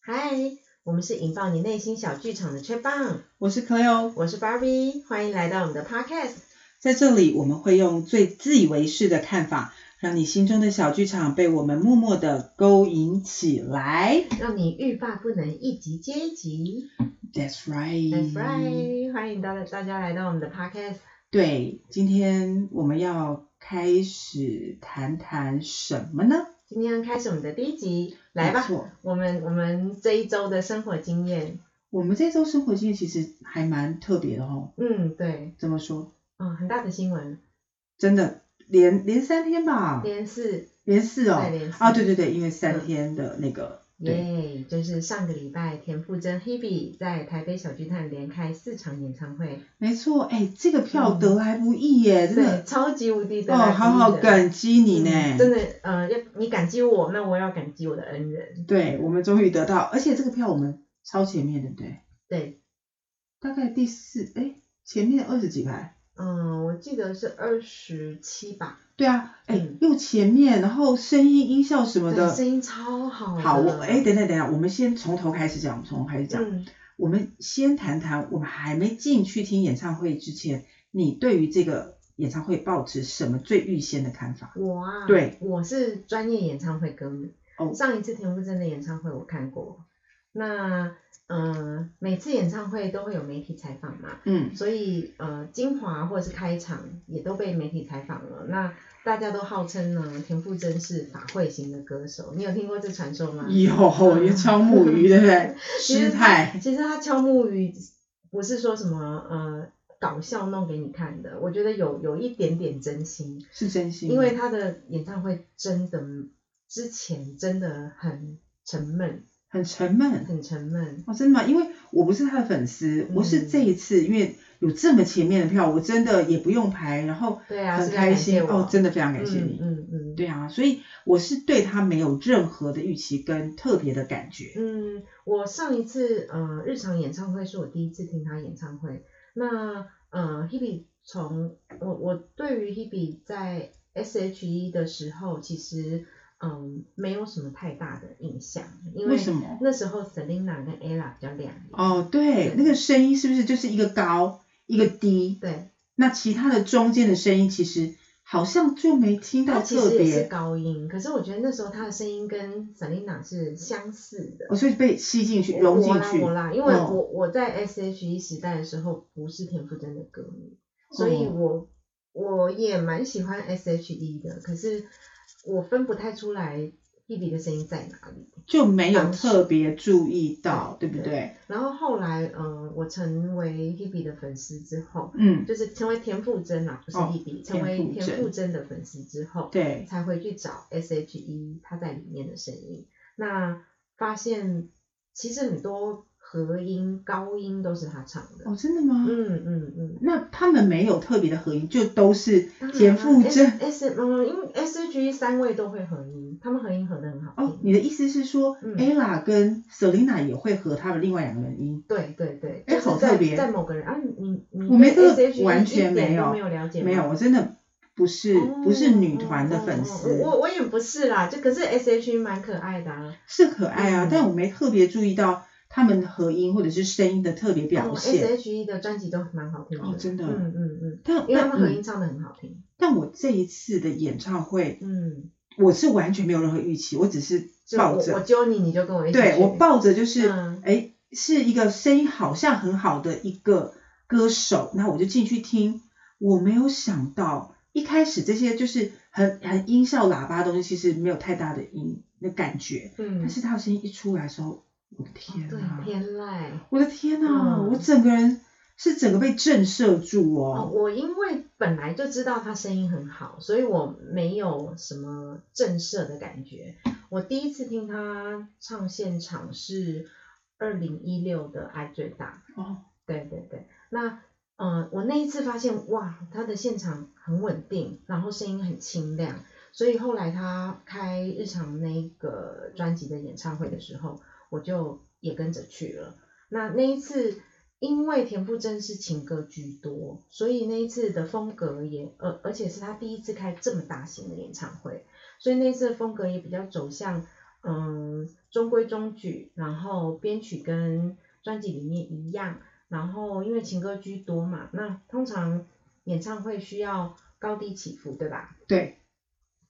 嗨，我们是引爆你内心小剧场的吹棒，我是 Cleo，我是 Barbie，欢迎来到我们的 Podcast。在这里我们会用最自以为是的看法，让你心中的小剧场被我们默默的勾引起来。让你欲罢不能，一集接一集。 That's right。 That's right，欢迎大大家来到我们的 podcast。对，今天我们要开始谈谈什么呢？今天开始我们的第一集，来吧没，错我们我们这一周的生活经验。我们这周生活经验其实还蛮特别的哦。嗯，对，怎么说？哦，很大的新闻，真的，连连三天吧，连四，连四哦对连四。嗯啊，对对对，因为三天的那个，对耶，就是上个礼拜田馥甄 Hebe 在台北小巨蛋连开四场演唱会，没错，哎，这个票得来不易耶，嗯真对，的。超级无敌的哦，好好感激你呢。嗯真的，呃，要你感激我，那我要感激我的恩人。对，我们终于得到，而且这个票我们超前面，对不对？对，大概第四，哎，前面二十几排。嗯，我记得是二十七吧。对啊，哎、嗯又前面，然后声音、音效什么对，的。声音超好的。好，我哎，等等等等，我们先从头开始讲，我们从头开始讲。嗯，我们先谈谈，我们还没进去听演唱会之前，你对于这个演唱会抱持什么最预先的看法？我啊，对，我是专业演唱会歌迷。哦上一次田馥甄的演唱会我看过，那嗯、呃每次演唱会都会有媒体采访嘛，嗯，所以呃，精华或者是开场也都被媒体采访了。那大家都号称呢，田馥甄是法会型的歌手，你有听过这传说吗？有，也超木鱼，对不对？其实师他 太，其实他敲木鱼不是说什么呃搞笑弄给你看的，我觉得有有一点点真心，是真心的，因为他的演唱会真的之前真的很沉闷，很沉闷，很沉闷。哦，真的吗？因为我不是他的粉丝，我是嗯这一次因为有这么前面的票，我真的也不用排，然后对啊很是开非心常感谢我哦，真的非常嗯感谢你。嗯嗯，对啊，所以我是对他没有任何的预期跟特别的感觉。嗯，我上一次呃日常演唱会是我第一次听他演唱会。那呃 Hebe 从我我对于 Hebe 在 S.H.E 的时候，其实嗯没有什么太大的印象，因为为什么？那时候 Selina 跟 Ella 比较亮眼。哦，对，那个声音是不是就是一个高一个低？对，那其他的中间的声音其实好像就没听她到其特实也是别，高音，可是我觉得那时候她的声音跟 Selina 是相似的。我、所以被吸进去、我融进我啦去我。啦，因为我、哦我在 S.H.E 时代的时候不是田馥甄的歌迷，所以哦我、我也蛮喜欢 S.H.E 的，可是我分不太出来 Hebe 的声音在哪里。就没有当时特别注意到，对不对？然后后来，嗯、我成为 Hebe 的粉丝之后，嗯，就是成为田馥甄啦，不是哦 Hebe，、成为田馥田甄馥甄的粉丝之后，对，才回去找 S.H.E 他在里面的声音。那发现其实很多和音、高音都是他唱的。哦，真的吗？嗯嗯嗯。那他们没有特别的合音，就都是当然田啊馥甄 S S- 嗯，因为 S H E 三位都会合音，他们合音合的很好哦。听。你的意思是说、嗯 Ella 跟 Selina 也会合他们另外两个人音？对对对，哎就是好在特别在某个人啊，你你我没对这个 S H E 完全没没有没有了解吗，没有，我真的不是、哦不是女团的粉哦丝，哦哦我我也不是啦，就可是 S H E 蛮可爱的啊，是可爱啊，嗯但我没特别注意到他们合音或者是声音的特别表 S 现。 H E 的专辑都蛮好听哦真的嗯嗯嗯，但因为他但们合嗯音唱的很好听，但我这一次的演唱会，嗯，我是完全没有任何预期，我只是就抱我我着，揪你，你就跟我一起去，对我抱着就是嗯哎，是一个声音好像很好的一个歌手，那我就进去听。我没有想到一开始这些就是很很音效喇叭的东西，其实没有太大的音的感觉，嗯哦但，是他的声音一出来的时候，我的天呐，对，天籁。我的天呐，嗯我整个人是整个被震慑住哦，哦。我因为本来就知道他声音很好，所以我没有什么震慑的感觉。我第一次听他唱现场是二零一六的《爱最大》，哦，对对对。那呃，我那一次发现哇，他的现场很稳定，然后声音很清亮，所以后来他开日常那个专辑的演唱会的时候，我就也跟着去了。那那一次，因为田馥甄是情歌居多，所以那一次的风格也，而、而且是他第一次开这么大型的演唱会，所以那一次的风格也比较走向嗯中规中矩，然后编曲跟专辑里面一样，然后因为情歌居多嘛，那通常演唱会需要高低起伏，对吧？对，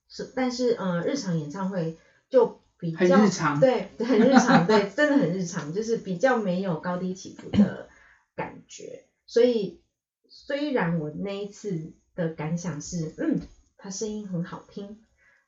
是，但是嗯、呃日常演唱会就比很较日常。对，很日常，对，真的很日常，就是比较没有高低起伏的感觉。所以虽然我那一次的感想是，嗯，他声音很好听，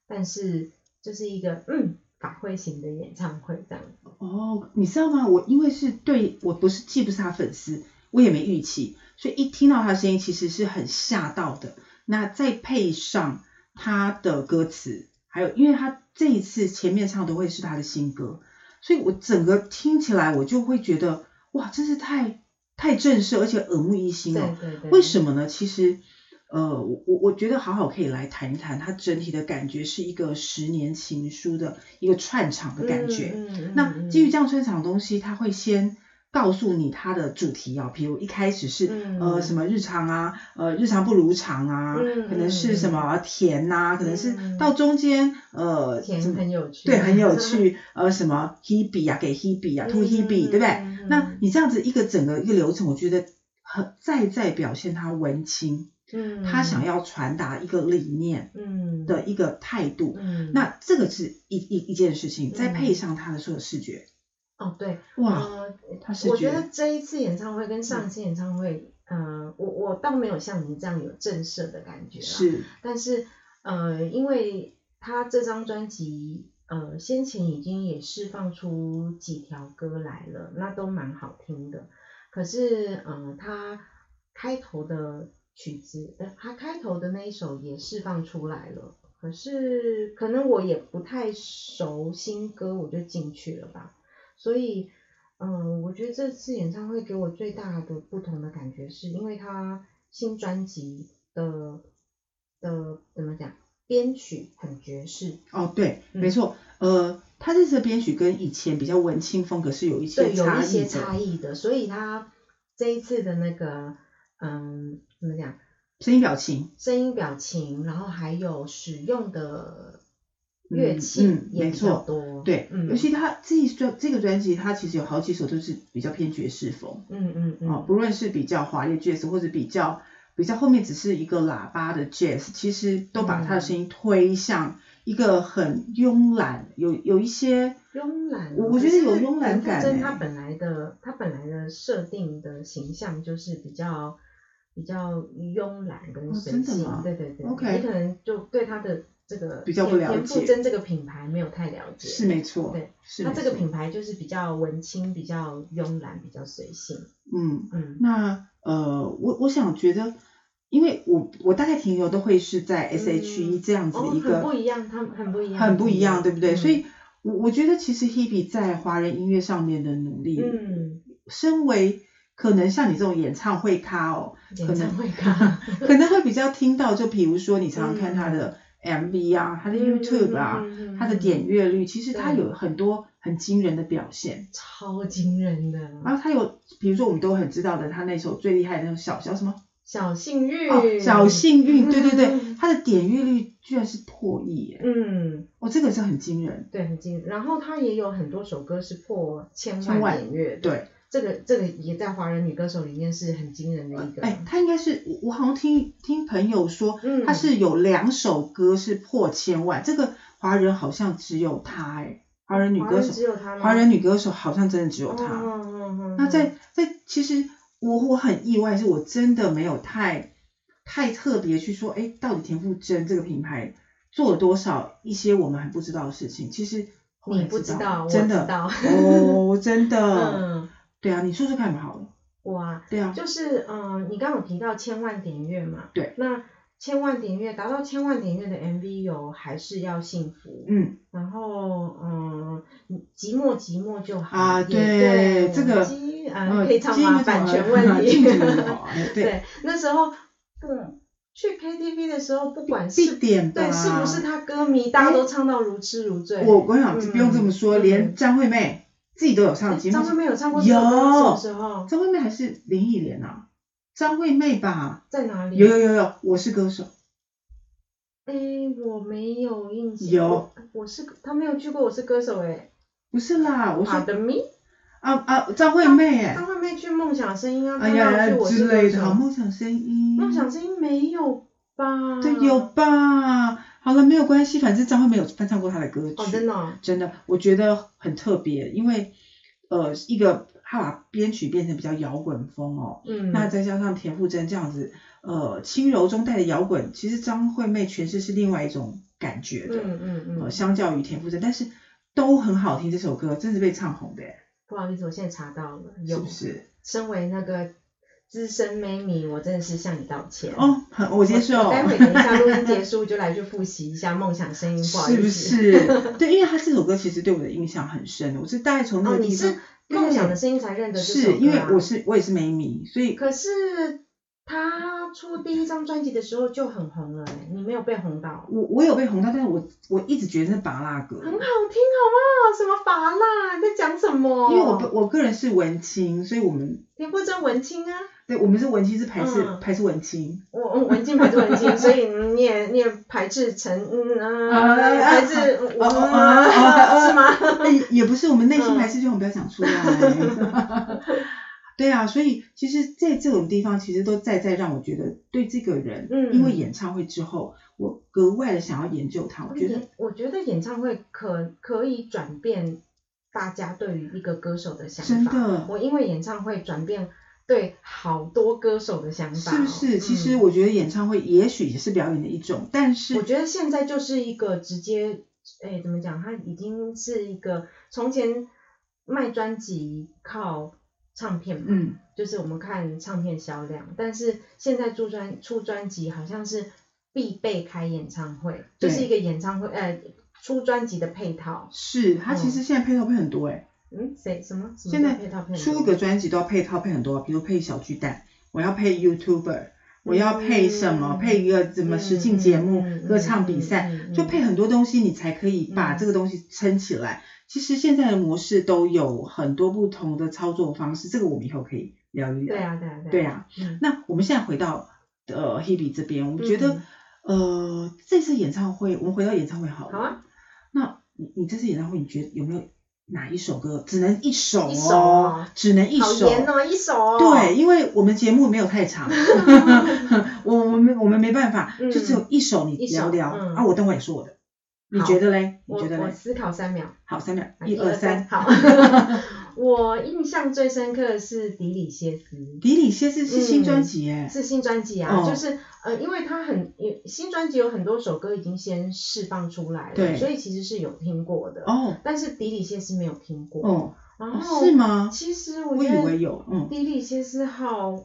但是就是一个嗯法会型的演唱会这样。哦，你知道吗？我因为是对我不是既不是他粉丝，我也没预期，所以一听到他声音其实是很吓到的。那再配上他的歌词，还有因为他这一次前面唱的会是他的新歌，所以我整个听起来我就会觉得哇，真是太太震慑，而且耳目一新哦对。对对。为什么呢？其实，呃，我我我觉得好好可以来谈一谈，它整体的感觉是一个十年情书的一个串场的感觉。嗯嗯嗯那基于嗯这样串场的东西，它会先告诉你它的主题哦，比如一开始是、嗯呃什么日常啊，呃日常不如常啊，嗯可能是什么甜呐、可能是嗯到中间呃甜怎么很有趣，对 很有，趣，呃什么 Hebe 啊给 Hebe 啊 To Hebe 对不对？嗯那你这样子一个整个一个流程，我觉得很再再表现他文青，嗯他想要传达一个理念嗯的一个态度，嗯那这个是一一一件事嗯情，再配上他的所有视觉，哦对，哇，呃他视我觉嗯觉得这一次演唱会跟上一次演唱会，嗯，呃、我我倒没有像你这样有震慑的感觉啦，是但是呃，因为他这张专辑呃先前已经也释放出几条歌来了，那都蛮好听的，可是呃他开头的曲子，呃他开头的那一首也释放出来了。可是可能我也不太熟新歌，我就进去了吧。所以，嗯，我觉得这次演唱会给我最大的不同的感觉，是因为他新专辑的的怎么讲，编曲很爵士，哦对，嗯没错，呃，他这次的编曲跟以前比较文青风格是有一些对，有差一异些的，差异的，所以他这一次的那个，嗯，怎么讲，声音表情，声音、表情，然后还有使用的嗯乐器嗯也没比较错多，对，嗯，尤其他这一专这个专辑，他其实有好几首都是比较偏爵士风。嗯嗯嗯，哦，不论是比较华丽的 jazz 或者比较比较后面只是一个喇叭的 jazz，其实都把嗯他的声音推向一个很慵懒，有有一些慵懒哦，我我觉得有慲懒可是感真欸他本来的他本来的设定的形象就是比较比较慵懒跟哦神真的性，吗对对对 OK 你可能就对他的这个比较不田了田馥解甄这个品牌没有太了解，是没错，对，是他没这个错品牌就是比较文青，比较慵懒，比较随性，嗯，嗯那呃，我我想觉得，因为我我大概停留都会是在 S H E 这样嗯子哦的一很个、不一样，他们很不一样，很不一样，对不对？嗯所以我我觉得其实 Hebe 在华人音乐上面的努力，嗯，身为可能像你这种演唱会咖哦，演可唱能会 咖，可能会比较听到，就比如说你常常看他的 MV 啊，他的 YouTube 啊，嗯，嗯他的点阅率，其实他对有很多很惊人的表现。超惊人的，然后他有，比如说我们都很知道的，他那首最厉害的那种小小什么小幸运，哦，小幸运，对对对，嗯他的点阅率居然是破亿耶，嗯，哦，这个是很惊人，对，很惊人。然后他也有很多首歌是破千千万万点阅的，对，这个这个也在华人女歌手里面是很惊人的一个。哎，他应该是我我好像听听朋友说，嗯，他是有两首歌是破千万，这个华人好像只有他哎，华人女华歌人手只。有她吗？华人女歌手好像真的只有有她。嗯嗯嗯嗯那在在其实我我很意外，是我真的没有太太特别去说，哎，到底田馥甄这个品牌做了多少一些我们还不知道的事情。其实后嗯来你不知道我真知的道哦，真的， 嗯，对啊，你说说看吧，好了，哇，对啊，就是嗯、呃你刚刚有提到千万点阅嘛？对。那千万点阅达到千万点阅的 MV 有还是要幸福，嗯，然后嗯，寂寞寂寞就好啊也对对，这个寂呃呃可以唱吗？版权问题。禁止你 好啊，对，对，那时候不去 KTV 的时候，不管必是点吧，对是不是他歌迷，大家都唱到如痴如醉。我我想不用这么说，嗯连张惠妹自己都有唱节目张，惠妹有唱过这首歌有什么时候？哦张惠妹还是林忆莲啊？张惠妹吧，在哪里？有有有有，我是歌手，哎，我没有印象。有我，我是他没有去过《我是歌手》哎。不是啦，我好说的咪，啊啊，张惠妹哎，张惠妹去《梦想声音》啊，哎她没有去《呀我是之歌类手的，好》。梦想声音，梦想声音没有吧？对有吧？好了，没有关系，反正张惠妹有翻唱过她的歌曲，哦，真的哦真的，我觉得很特别，因为呃，一个他把编曲变成比较摇滚风哦，嗯，那再加上田馥甄这样子，呃，轻柔中带着摇滚，其实张惠妹诠释是另外一种感觉的，嗯嗯呃，嗯，相较于田馥甄，但是都很好听，这首歌真是被唱红的耶，不好意思，我现在查到了，是有不。是？身为那个资深美女，我真的是向你道歉。哦，很我我接受，我待 会等一下录音结束就来去复习一下《梦想声音》，不好是意不思。是？ 对，因为他这首歌其实对我的印象很深，我是大概从那哦，个你地方，嗯是梦想的声音才认得这首歌、是啊、因为我是我也是美迷，所以可是他出第一张专辑的时候就很红了、欸，你没有被红到，我我有被红到，但是我我一直觉得是拔蜡歌，很好听好不好？什么法啦？你在讲什么？因为我不我个人是文青，所以我们田馥甄文青啊，对我们是文青是排斥、嗯排斥文青，我我文青排斥文 青，所以你也你也排斥陈嗯嗯、啊排斥嗯哦哦哦哦是吗？ 但也不是我们内心嗯排斥，就我们不要讲出来。 对啊，所以其实在这种地方，其实都再再让我觉得对这个人，嗯因为演唱会之后，我格外的想要研究他。我觉得演我觉得演唱会可可以转变大家对于一个歌手的想真法。的我因为演唱会转变对好多歌手的想法哦、是不是？其实嗯我觉得演唱会也许也是表演的一种，但我是觉得现在就是一个直接，哎，怎么讲？它已经是一个从前卖专辑靠唱片嘛，嗯，就是我们看唱片销量，但是现在出专出专辑好像是必备开演唱会，就对是一个演唱会，呃，出专辑的配套。是他其实现在配套配很多哎、嗯，谁什么？什么现在叫配套配很出一多个专辑都要配套配很多，啊比如配小巨蛋，我要配 YouTuber，我要配什嗯么？配一个什么实境节目、嗯嗯嗯歌唱比赛，嗯嗯嗯就配很多东西，你才可以把嗯这个东西撑起来。其实现在的模式都有很多不同的操作方式，这个我们以后可以聊一聊。对啊，对啊，对啊。啊，嗯那我们现在回到呃 Hebe 这边，我觉得、呃这次演唱会，我们回到演唱会好嗯了。好啊。那你你这次演唱会，你觉得有没有哪一首歌？只能一首哦，一首哦只能一好首。严哦，一首哦。对，，因为我们节目没有太 长，我我们我们没办法，嗯就只有一首你一聊首聊嗯啊，我等会也说我的，你好觉得嘞？你我觉得我嘞？思考三秒，好，三秒，来一二三。好。 我印象最深刻的是迪里歇斯。迪里歇斯是新嗯专辑耶，是新专辑啊，哦就是呃，因为它很有新专辑有很多首歌已经先释放出来了，对所以其实是有听过的。哦但是迪里歇斯没有听过。哦，然哦后是吗？其实我我觉以为得有，嗯，迪里歇斯好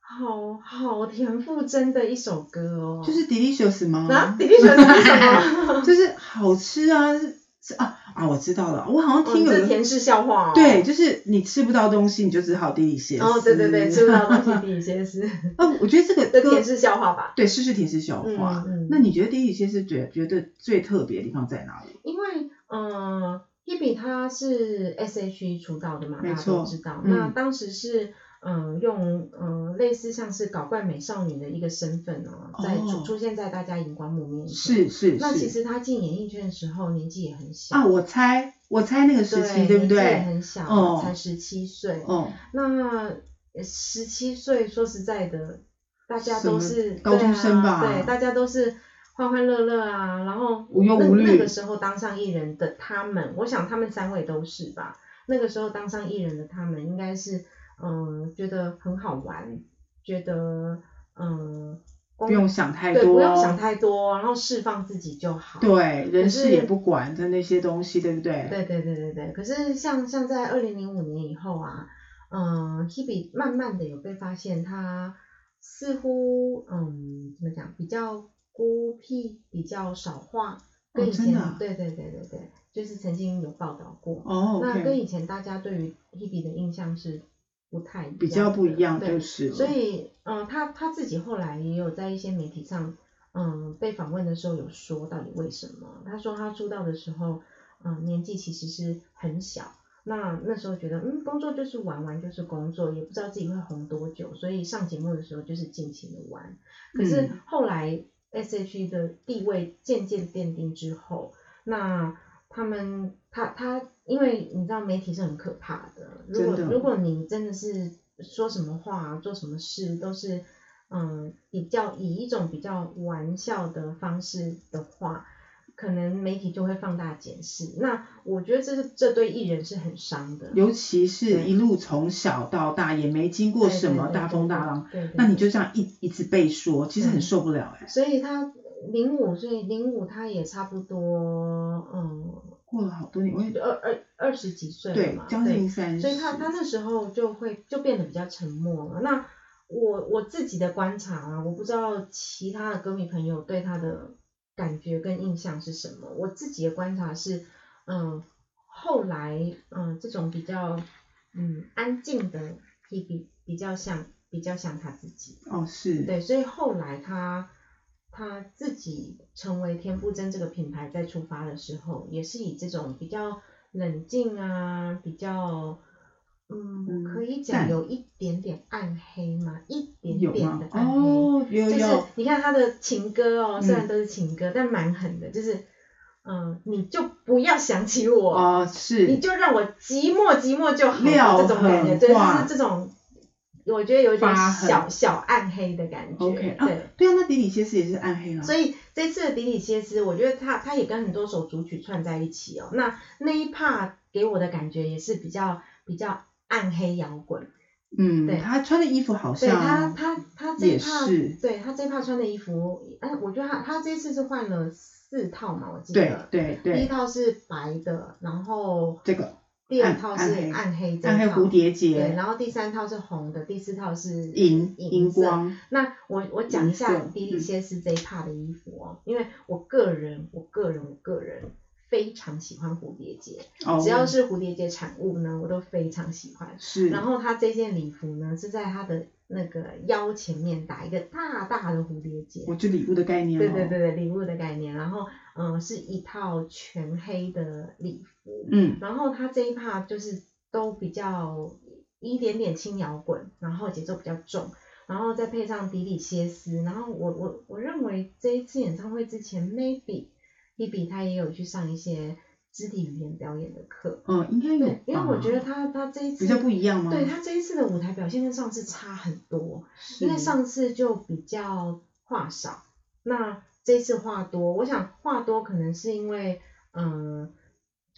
好好田馥甄的一首歌哦。就是 delicious 吗？啊，迪丽雪斯是什么？就是好吃啊，是是啊啊，我知道了，我好像哦， 听你有这人甜式笑话哦。对，。就是你吃不到东西，你就只好地理歇斯。哦，对对对，知道东西迪里歇斯 哦，我觉得这个的歌甜式笑话吧。对，是是甜是小花。嗯嗯那你觉得地理歇斯觉觉得最特别的地方在哪里？因为嗯 h e b e 他是 S.H.E 出道的嘛，没大家错都知道。嗯那当时是嗯、呃用嗯、呃类似像是搞怪美少女的一个身份哦，在出哦出现在大家荧光幕面前。是是嗯那其是实他进演艺圈的时候年纪也很小啊，我猜我猜那个时期对不年纪也对？很小，哦才十七岁。哦，那呃十七岁，说实在的，大家都什是么高中生吧对,、啊、对，大家都是欢欢乐乐啊，然后无忧无虑那。那个时候当上艺人的他们，我想他们三位都是吧。那个时候当上艺人的他们，应该是嗯、觉得很好玩，觉得嗯、不用想太对，多，哦不用想太多，然后释放自己就好。对人可事是也不管的那些东西，对不对？对对对对对，可是像像在二零零五年以后啊，嗯，Hebe 慢慢的有被发现，他似乎嗯怎么讲，比较孤僻，比较少话，跟以哦真前、的啊对对对对对，就是曾经有报道过，哦那跟，OK，以前大家对于 Hebe 的印象是不太一样的，比较不一样对就，是了。所以嗯，他他自己后来也有在一些媒体上，嗯，被访问的时候有说到底为什么？他说他出道的时候，嗯，年纪其实是很小，那那时候觉得嗯，工作就是玩玩就是工作，也不知道自己会红多久，所以上节目的时候就是尽情的玩。可是嗯后来 S.H.E 的地位渐渐奠定之后，那他们他他，因为你知道媒体是很可怕的，如果真的如果你真的是说什么话、做什么事都是嗯比较以一种比较玩笑的方式的话，可能媒体就会放大检视。那我觉得这是这对艺人是很伤的。尤其是对一路从小到大也没经过对什对么对大对风对大浪，对对那对你就这样一一直被说，其实很嗯受不了哎、所以他零五，所以零五他也差不多，嗯，过了好多年，我也二二二十几岁了对嘛，将近三十，所以他他那时候就会就变得比较沉默了。那我我自己的观察啊，我不知道其他的歌迷朋友对他的感觉跟印象是什么。我自己的观察是，嗯，后来嗯这种比较嗯安静的 P B 比较像比较像他自己。哦是，对，所以后来他他自己成为天不真这个品牌在出发的时候，也是以这种比较冷静啊，比较嗯嗯，可以淡讲有一点点暗黑嘛，一点有点吗的？暗黑。哦，有就是有，你看他的情歌哦，虽嗯然都是情歌，但蛮狠的，就是嗯，你就不要想起我，哦你是，就让我寂寞寂寞就好，撂这种感觉，狠对，就话是这种，我觉得有一点发狠小小暗黑的感觉 OK，啊对。对啊，那迪里歇斯也是暗黑啊了，所以这次的迪里歇斯，我觉得他他也跟很多首主曲串在一起哦。那那一 part 给我的感觉也是比较比较暗黑摇滚，嗯，对他穿的衣服好对他像他他这一也 part，是，对他这一 part 穿的衣服，哎，我觉得他他这次是换了四套嘛，我记对得，对第一对，套是白的，然后这个第二暗套暗是黑暗黑这一暗黑套蝴蝶对，结，然后第三套是红的，第四套是荧荧银色。光，那我我讲一银下色嗯迪丽歇斯这一帕的衣服哦，因为我个人，我个人，我个人非常喜欢蝴蝶结，哦只要是蝴蝶结产物呢，我都非常喜欢。是，然后他这件礼服呢，是在他的那个腰前面打一个大大的蝴蝶结，我就礼物的概念哦对咯对对，对，礼物的概念。然后嗯、呃是一套全黑的礼服，嗯然后他这一 part 就是都比较一点点轻摇滚，然后节奏比较重，然后再配上迪里歇斯，然后我我我认为这一次演唱会之前，maybe Hebe 他也有去上一些肢体语言表演的课，嗯，应该有对吧，，因为我觉得他他这一次比较不一样吗？对他这一次的舞台表现跟上次差很多，是，因为上次就比较话少，那这次话多，我想话多可能是因为嗯。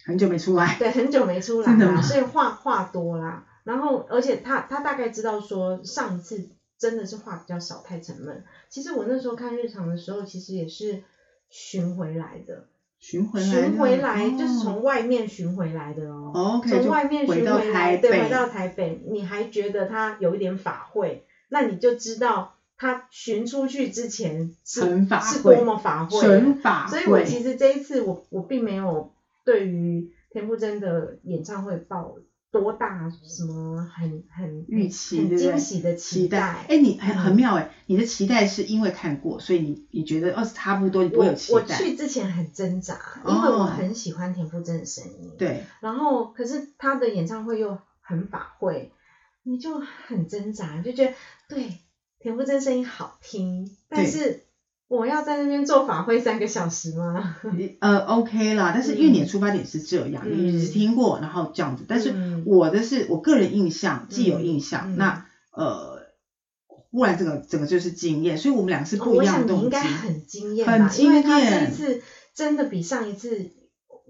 很久没出来，对，很久没出来真的吗啦，所以话话多啦。然后，而且他他大概知道说上一次真的是话比较少，太沉闷。其实我那时候看日常的时候，其实也是寻回来的，巡回来的，寻回来哦就是从外面寻回来的哦。哦 OK，从就外面回寻到回台来，对，北回到台北，你还觉得他有一点法会，那你就知道他寻出去之前是神法是会多么法会了。神法所以我会其实这一次我我并没有对于田馥甄的演唱会抱多大什么很很预期对很不对惊喜的期待。待，哎，你很很嗯妙哎，你的期待是因为看过，所以你你觉得哦差不多，你不我会有期我待，去之前很挣扎，因为我哦很喜欢田馥甄的声音，对，然后可是他的演唱会又很法会，你就很挣扎，就觉得对田馥甄声音好听，但对是我要在那边做法会三个小时吗？你呃 OK 啦，但是因为你的出发点是这样，嗯你只听过然后这样子，但是嗯我的是我个人印象，既有印象，嗯那呃。忽然，这个整个就是经验，所以我们两个是哦不一样的动机。我想你应该很惊艳吧，很惊艳因为他这一次真的比上一次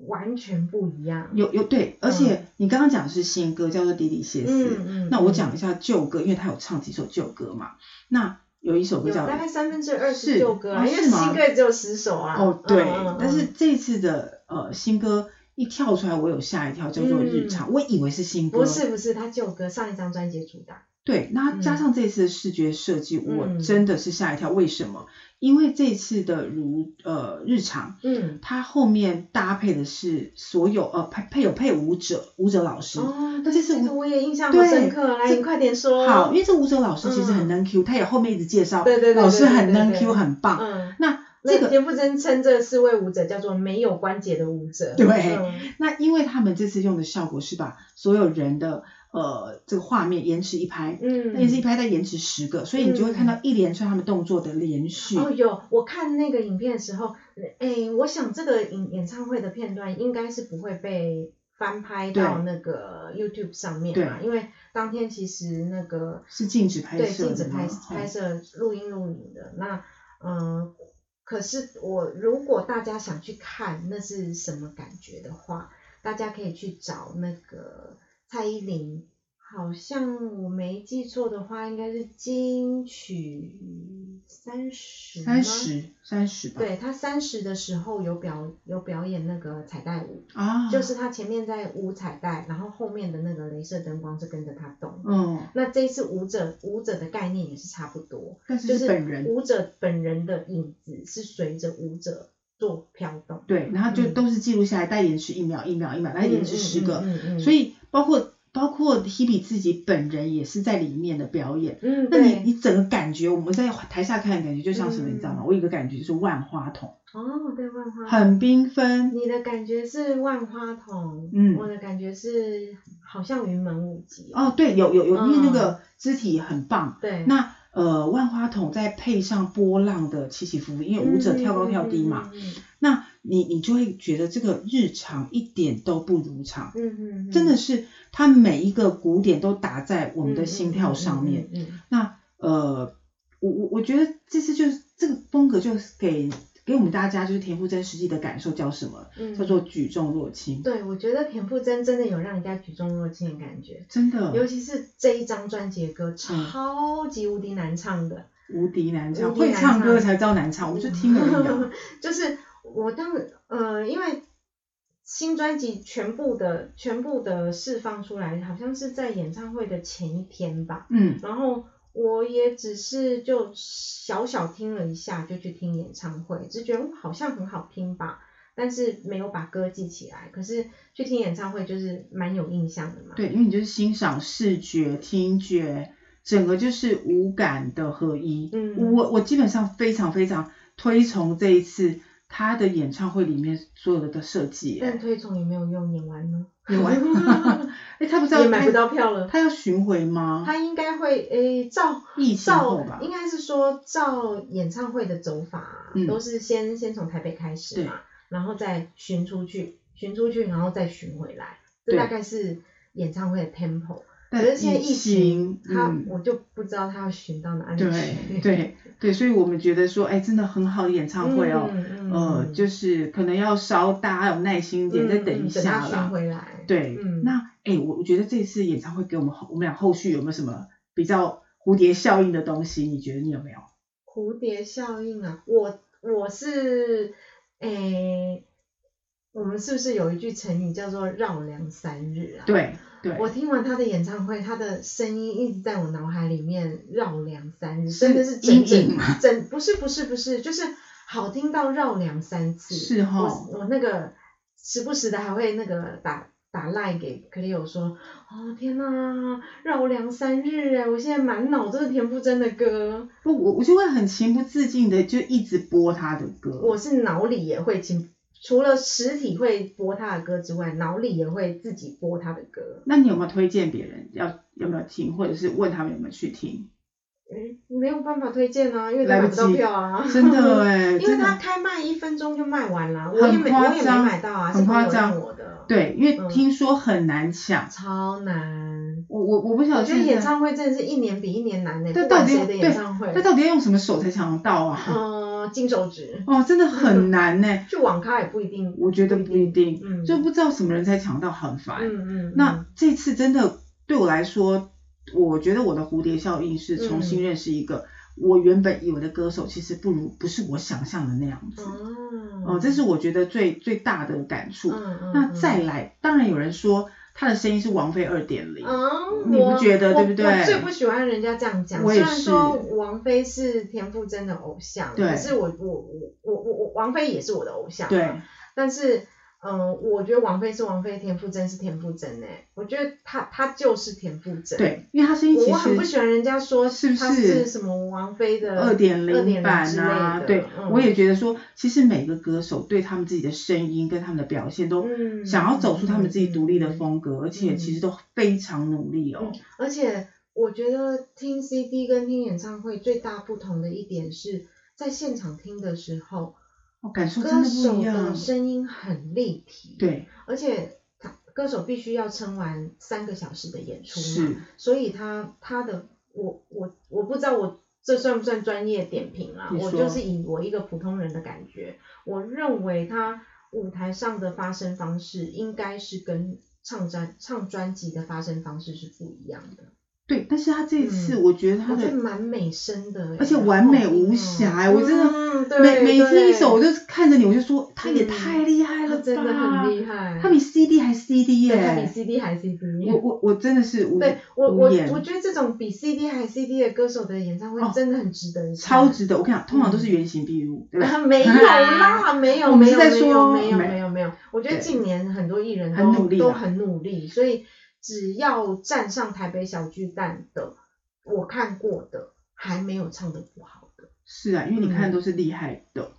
完全不一样。有有对，而且你刚刚讲的是新歌，叫做《迪迪歇斯》嗯嗯那我讲一下旧歌，因为他有唱几首旧歌嘛。那有一首歌有叫大概三分之二是是旧歌啊，哦因为是吗新歌也只有十首啊。哦对，嗯嗯但是这次的呃新歌一跳出来，我有吓一跳，叫做《日常》我以为是新嗯歌，不是不是，他旧歌上一张专辑主打，对，那加上这次的视觉设计，嗯我真的是吓一跳。为什么？因为这次的如呃日常，嗯，它后面搭配的是所有呃配配有配舞者舞者老师，哦，但是是这我个我也印象好对深刻，啊来这你快点说。好，因为这舞者老师其实很嗯能 Q，、他也后面一直介绍，对对对对老师很能对对 Q，对很棒。嗯，那那这个田馥甄称这四位舞者叫做没有关节的舞者。对嗯那因为他们这次用的效果是把所有人的呃这个画面延迟一拍，嗯那延迟一拍再延迟十个，所以你就会看到一连串他们动作的连续。哦，有我看那个影片的时候，哎，我想这个演演唱会的片段应该是不会被翻拍到对那个 YouTube 上面嘛，因为当天其实那个是禁止拍对摄禁止的拍嘛拍哦摄录音录影的。那嗯、呃可是我如果大家想去看那是什么感觉的话，大家可以去找那个蔡依林。好像我没记错的话，应该是金曲三十吗，三十三十吧，对他三十的时候有表有表演那个彩带舞，啊，就是他前面在舞彩带，然后后面的那个镭射灯光是跟着他动。嗯，那这一次舞者舞者的概念也是差不多，但就是是本人舞者本人的影子是随着舞者做飘动，对，然后就嗯都是记录下来，再延迟一秒一秒一秒，再延迟十个，嗯嗯嗯嗯、所以包括包括 Hebe 自己本人也是在里面的表演。嗯，那你对你整个感觉，我们在台下看的感觉就像什么，嗯你知道吗？我有一个感觉就是万花筒，哦，对万花，很缤纷，你的感觉是万花筒，嗯我的感觉是好像云门舞集，哦，对，有有有，因为那嗯个肢体很棒。对，那呃，万花筒再配上波浪的起起伏伏，因为舞者跳高跳低嘛，嗯，嗯那你你就会觉得这个日常一点都不如常。嗯嗯嗯嗯，真的是它每一个鼓点都打在我我们的心跳上面。，嗯嗯嗯那呃，我我我觉得这次就是这个风格，就是给给我们大家就是田馥甄实际的感受叫什么？嗯嗯叫做举重若轻。对，我觉得田馥甄真的有让人家举重若轻的感觉，真尤的其是这一张专辑的歌，嗯超级无敌难唱的，无敌难唱，无敌会难唱歌唱才知道难唱，我就听而已 啊。就是我当呃，因为新专辑全部的全部的释放出来，好像是在演唱会的前一天吧，嗯，然后我也只是就小小听了一下，就去听演唱会，只觉得哇好像很好听吧，但是没有把歌记起来。可是去听演唱会就是蛮有印象的嘛。对，因为你就是欣赏视觉、听觉，整个就是五感的合一。嗯我我基本上非常非常推崇这一次他的演唱会里面所有的的设计。但推崇也没有用，演完呢，你玩？ 哎，他不是要也买开不到票了。他要巡回吗？他应该会诶，照疫情后照吧应该是说照演唱会的走法，啊嗯都是先先从台北开始嘛，然后再巡出去，巡出去，然后再巡回来，这对大概是演唱会的 tempo。可但是现在疫情，他、嗯，我就不知道他要巡到哪里去。 对对对，所以我们觉得说，哎，真的很好的演唱会哦，嗯嗯呃，嗯就是可能要稍大家有耐心一点，再等嗯一嗯下他巡啦。回来。对，嗯那哎，我我觉得这次演唱会给我们后我们俩后续有没有什么比较蝴蝶效应的东西？你觉得你有没有？蝴蝶效应啊，我我是诶，我们是不是有一句成语叫做绕梁三日啊？。对对，我听完他的演唱会，他的声音一直在我脑海里面绕梁三日，是真的是整阴影整吗整不是不是不是，就是好听到绕梁三次。是哈我我那个时不时的还会那个打打赖给 Cleo 说，哦天呐，绕梁三日哎，我现在满脑都是田馥甄的歌，不我我就会很情不自禁的就一直播他的歌。我是脑里也会听，除了实体会播他的歌之外，脑里也会自己播他的歌。那你有没有推荐别人要有没有听，或者是问他们有没有去听？嗯，没有办法推荐啊，因为都来不买不到及票啊。 真的哎，因为真他的开卖一分钟就卖完了，啊很我也没夸我也没张买到啊，很是朋夸友张送我的，，对，因为嗯听说很难抢。超难。我我我不晓我得觉得现演在唱会真的是一年比一年难呢、对不管到底谁的对演唱会，那到底要用什么手才抢得到啊？嗯，金手指，哦，真的很难呢、去网咖也不一定，我觉得不一定，嗯，就不知道什么人才抢到，很嗯烦。嗯，嗯那这次真的对我来说，我觉得我的蝴蝶效应是重新认识嗯一个、我原本以为的歌手，其实不如不是我想象的那样子。哦哦，这是我觉得最最大的感触。嗯嗯，那嗯再来，当然有人说他的声音是王菲二点零，嗯，你不我觉得我对不对我最不喜欢人家这样讲。我也虽然说是王菲是田馥甄的偶像，对可是我我我我我王菲也是我的偶像，啊对，但是嗯，我觉得王菲是王菲，田馥甄是田馥甄哎，我觉得她她就是田馥甄。，对，因为她声音我其我很不实喜欢人家说是不她是是什么王菲的二点零2.0版之啊，类的对，嗯我也觉得说，其实每个歌手对他们自己的声音跟他们的表现都嗯想要走出他们自己独立的嗯嗯嗯风格，而且其实都非常努力哦。而且我觉得听 CD 跟听演唱会最大不同的一点是在现场听的时候，哦，感受真歌的不手一样的。声音很立体，，对，而且他歌手必须要撑完三个小时的演出嘛，是，所以他他的我我我不知道我。这算不算专业点评啊？你我说就是以我一个普通人的感觉，我认为他舞台上的发声方式应该是跟唱专唱专辑的发声方式是不一样的。对。但是他这一次，嗯我觉得他我觉得的蛮美声的欸，而且好完美好听无哦瑕欸我真的嗯、对每每听一对首，我就看着你，我就说他也嗯太厉害了他吧，真的很厉害，他比 CD 还 CD 对他比耶！ CD 还 CD。我我我真的是无对我我无言我觉得这种比 CD 还 CD 的歌手的演唱哦会真的很值得一看，超值得。我跟你讲，通嗯常都是原形毕露，对吧？ 没有 啦，没有，我们没是有，在没有，说没有，没没有，没有。我觉得对近年很多艺人都很努力啦啊都很努力，所以只要站上台北小巨蛋的，我看过的还没有唱的不好的。是啊，因为你嗯看都是厉害的，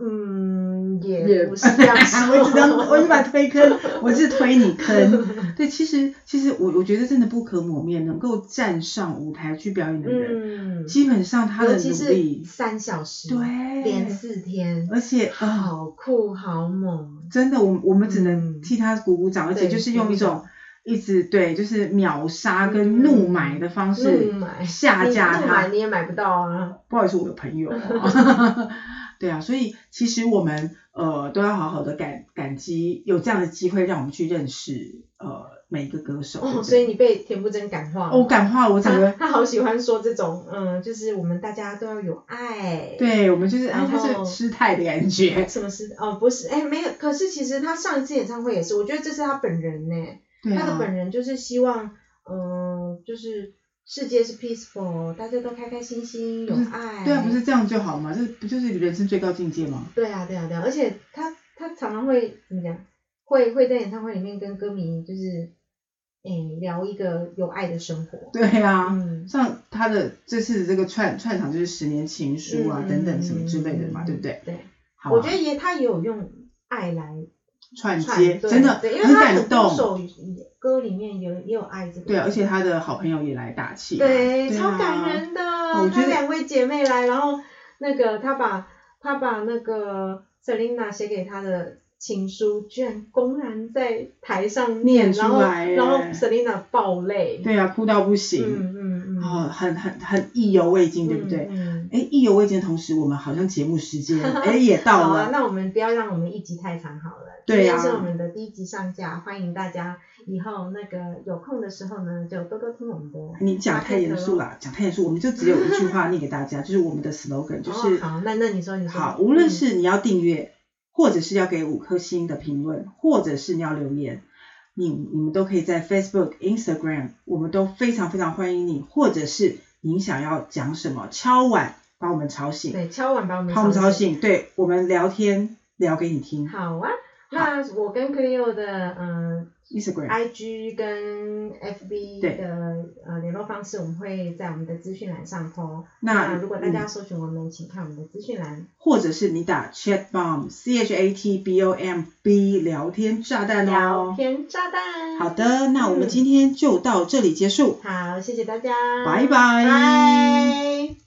嗯，也也不是这样说， 我一直当我一 直把推坑，我是推你坑。对，其实其实我我觉得真的不可磨灭，能够站上舞台去表演的人，嗯，基本上他的尤其努是力，三小时，，连对，四天，而且啊，好酷好猛，真的，我我们只能嗯替他鼓鼓掌，而且对就是用一鼓种鼓一直对，就是秒杀跟怒买的方式嗯怒买下架你不买他。你也买不到 啊，不好意思，我有 朋友啊。对啊，所以其实我们呃都要好好的感感激有这样的机会，让我们去认识呃每一个歌手。对哦，不对所以你被田馥甄感化了。哦我感化了我整他个，他好喜欢说这种，嗯，就是我们大家都要有爱。，对我们就是哎，然他后是失态的 感觉。什么是？哦，不是，哎，没有。可是其实他上一次演唱会也是，我觉得这是他本人呢、对他啊的，本人就是希望，嗯、就是世界是 peaceful，大家都开开心心，有不是爱。对啊，不是这样就好嘛？这不就是人生最高境界吗？对啊，对啊，对啊，而且他他常常会怎么讲？会会在演唱会里面跟歌迷就是，嗯，聊一个有爱的生活。对啊，嗯，像他的这次的这个串串场就是十年情书啊、嗯等等什么之类的嘛，嗯对不对？对，好啊、我觉得也他也有用爱来串串接对真的对，因为他感很多动，首歌里面有也有爱这个，对啊，而且他的好朋友也来打气嘛，对啊哦超感。人的，我觉他得两位姐妹来，然后那个他把他把那个 Selina 写给他的。情书居然公然在台上念念出然后来耶然后 Selina 爆泪，对啊，哭到不行，嗯嗯嗯，哦，很很很意犹未尽，对不对？嗯，嗯哎，意犹未尽的同时，我们好像节目时 间哎也到好啊，了，那我们不要让我们一集太长好了。对啊今天是我们的第一集上架，欢迎大家以后那个有空的时候呢，就多多听我们的。你讲太严肃啦，讲太严肃，我们就只有一句话念给大家，就是我们的 slogan，就是、哦、好，那那你说你说。好，无论嗯是你要订阅，或者是要给五颗星的评论，或者是你要留言，你你们都可以在 Facebook、Instagram，我们都非常非常欢迎你，或者是您想要讲什么，敲碗把我们吵醒，嗯对敲碗把我们把我们吵吵醒，对我们聊天聊给你听好啊，那我跟 Cleo 的嗯、 ，Instagram。 IG 跟 FB 对的呃联络方式，我们会在我们的资讯栏上 po。那嗯如果大家搜寻我们，请看我们的资讯栏。或者是你打 chat bomb c h a t b o m b 聊天炸弹聊哦。天炸弹。好，的，那我们嗯今天就到这里结束，好，谢谢大家，拜拜嗯拜。